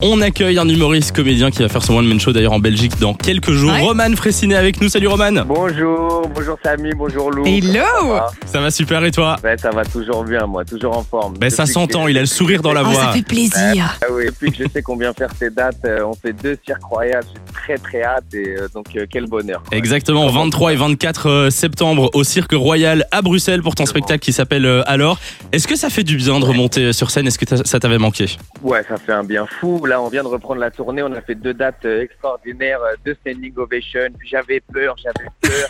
On accueille un humoriste comédien qui va faire son one man show d'ailleurs en Belgique dans quelques jours. Ouais. Roman Fressinet avec nous. Salut Roman. Bonjour, bonjour Samy, bonjour Lou. Hello va Ça va super et toi Ouais, ça va toujours bien, moi, toujours en forme. Ben ça Depuis que s'entend, j'ai- il a le sourire dans la Ah, ça voix. fait plaisir Ah oui, depuis que je sais combien faire ces dates, euh, on fait deux cirques royales, j'ai très très hâte et euh, donc euh, quel bonheur. Exactement, 23 et 24 septembre au Cirque Royal à Bruxelles pour ton Exactement. spectacle qui s'appelle euh, Alors. Est-ce que ça fait du bien de remonter sur scène Est-ce que t'as- ça t'avait manqué Ouais, ça fait un bien fou. Là, on vient de reprendre la tournée, on a fait deux dates euh, extraordinaires, euh, deux standing ovation, puis j'avais peur, j'avais peur.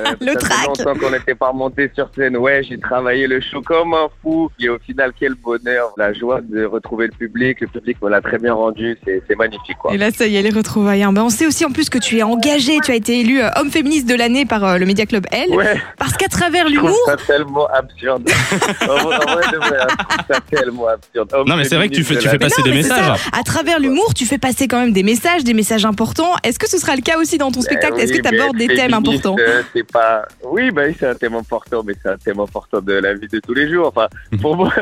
Euh, Le ça trac. fait longtemps qu'on n'était pas remonté sur scène. Ouais, j'ai travaillé le show comme un fou. Et au final, quel bonheur. La joie de retrouver le public, le public me l'a très bien rendu, c'est c'est magnifique quoi. Et là, ça y est, les retrouvailles. hein. Ben, on sait aussi en plus que tu es engagé, tu as été élu euh, homme féministe de l'année par euh, le Média Club L, Ouais. parce qu'à travers Je trouve l'humour, ça tellement absurde. en vrai, en vrai, de vrai, je trouve ça tellement absurde. Homme Non, mais c'est vrai que tu fais- tu féministe fais de la- passer des Mais non, mais c'est messages. à travers l'humour, tu fais passer quand même des messages, des messages importants. Est-ce que ce sera le cas aussi dans ton spectacle Eh Est-ce oui, que tu abordes mais des thèmes féministe, importants euh, C'est pas. Oui, bah, oui, c'est un thème important, mais c'est un thème important de la vie de tous les jours. Enfin, pour moi,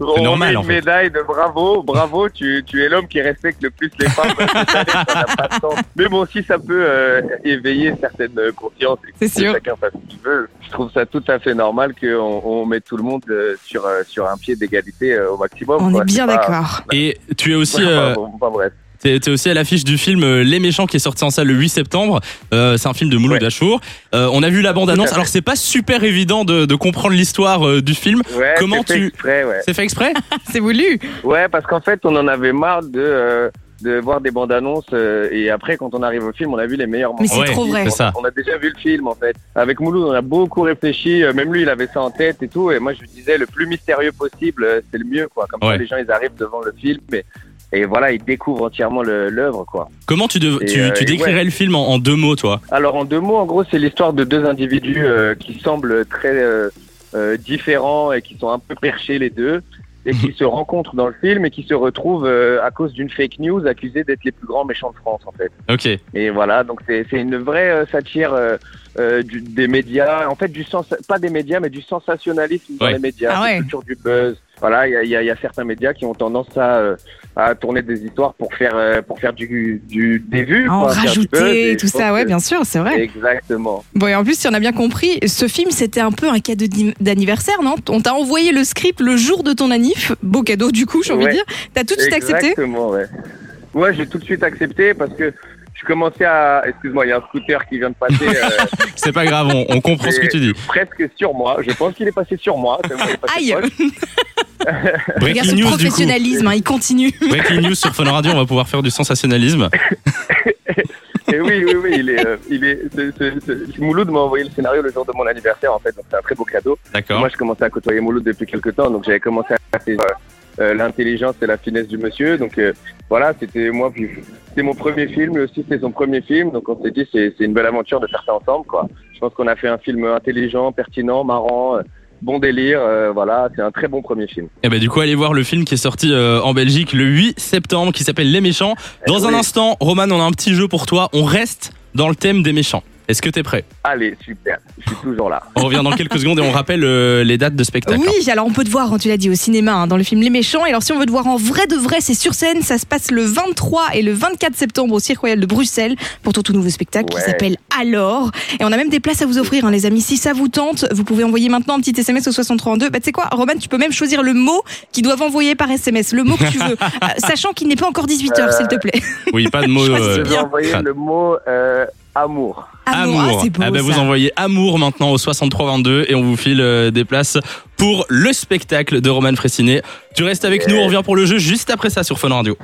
on met Mhm. normal, une en fait. médaille de bravo, bravo, tu, tu es l'homme qui respecte le plus les femmes. Cette année, ça n'a pas de sens. mais bon, si ça peut euh, éveiller certaines euh, consciences et C'est que sûr. chacun fasse ce qu'il veut, je trouve ça tout à fait normal qu'on on mette tout le monde euh, sur, euh, sur un pied d'égalité euh, au maximum. On quoi. est bien C'est pas- d'accord. Et tu es aussi, Ouais, euh, enfin, bon, enfin, bref. t'es t'es aussi à l'affiche du film euh, Les Méchants qui est sorti en salle le 8 septembre. Euh, c'est un film de Mouloud Ouais. Achour. Euh, on a vu la bande annonce. fait. Alors c'est pas super évident de, de comprendre l'histoire euh, du film. Ouais, Comment c'est fait tu- exprès, ouais. C'est fait exprès C'est voulu. Ouais, parce qu'en fait, on en avait marre de, euh, de voir des bandes annonces euh, et après, quand on arrive au film, on a vu les meilleurs Mais moments. c'est Ouais, trop vrai. c'est ça. On a déjà vu le film en fait. Avec Mouloud, on a beaucoup réfléchi. euh, Même lui, il avait ça en tête et tout. Et moi, je lui disais le plus mystérieux possible, euh, c'est le mieux quoi. Comme Ouais. ça, les gens, ils arrivent devant le film et, et voilà, ils découvrent entièrement le- l'œuvre quoi. Comment tu, dev- Et, tu, euh, tu et décrirais le film en, en deux mots, toi Alors en deux mots, en gros, c'est l'histoire de deux individus euh, qui semblent très euh, euh, différents et qui sont un peu perchés les deux et qui se rencontrent dans le film et qui se retrouvent euh, à cause d'une fake news accusés d'être les plus grands méchants de France en fait. Ok. Et voilà, donc c'est c'est une vraie euh, satire euh, euh, du- des médias, en fait du sens, pas des médias mais du sensationnalisme dans Ouais. les médias, Ah la ouais. culture du buzz. Voilà, il y a, il y a- il y a certains médias qui ont tendance à, euh, à tourner des histoires pour faire euh, pour faire du, du des vues, Ah, En quoi, faire du buzz, rajouter et tout je pense ça, ouais, que- bien sûr, c'est vrai. Exactement. Bon, et en plus, si on a bien compris, ce film, c'était un peu un cadeau d'im- d'anniversaire, non On t'a envoyé le script le jour de ton anniv, beau cadeau du coup, j'ai envie de Ouais. dire. T'as tout de suite accepté Exactement, ouais. Ouais, j'ai tout de suite accepté parce que je commençais à. Excuse-moi, il y a un scooter qui vient de passer euh, C'est pas grave, on, on comprend ce que tu dis. presque sur moi. Je pense qu'il est passé sur moi. C'est bon, il est passé Aïe proche. Regarde Breaking ce news, du coup. professionnalisme, hein, il continue. Breaking news sur Fun Radio, on va pouvoir faire du sensationnalisme. Et oui, oui, oui, il est. euh, il est ce- ce- ce- Mouloud m'a envoyé le scénario le jour de mon anniversaire, en fait, donc c'est un très beau cadeau. D'accord. Moi, je commençais à côtoyer Mouloud depuis quelques temps, donc j'avais commencé à saisir euh, euh, l'intelligence et la finesse du monsieur. Donc euh, voilà, c'était moi, puis c'était mon premier film, lui aussi c'était son premier film, donc on s'est dit c'est c'est une belle aventure de faire ça ensemble, quoi. Je pense qu'on a fait un film intelligent, pertinent, marrant, euh, bon délire, euh, voilà, c'est un très bon premier film. Et bah, du coup, allez voir le film qui est sorti euh, en Belgique le 8 septembre qui s'appelle Les Méchants. Dans Eh un oui. instant, Roman, on a un petit jeu pour toi. On reste dans le thème des méchants. Est-ce que t'es prêt Allez, super, je suis toujours là. On revient dans quelques secondes et on rappelle euh, les dates de spectacle. Oui, alors on peut te voir, hein, tu l'as dit, au cinéma, hein, dans le film Les Méchants. Et alors si on veut te voir en vrai de vrai, c'est sur scène, ça se passe le 23 et le 24 septembre au Cirque Royal de Bruxelles pour ton tout nouveau spectacle Ouais. qui s'appelle Alors. Et on a même des places à vous offrir, hein, les amis. Si ça vous tente, vous pouvez envoyer maintenant un petit SMS au 632. Bah tu sais quoi, Roman, tu peux même choisir le mot qu'ils doivent envoyer par SMS, le mot que tu veux, Euh, sachant qu'il n'est pas encore 18h, s'il te plaît. Oui, pas de mots. Choisis euh, Je vais Ah, bien. envoyer fan. le mot euh, amour. Amour, ah, c'est beau, Ah bah, vous ça. envoyez amour maintenant au 6322 et on vous file euh, des places pour le spectacle de Roman Fressinet. Tu restes avec nous, on revient pour le jeu juste après ça sur Fun Radio.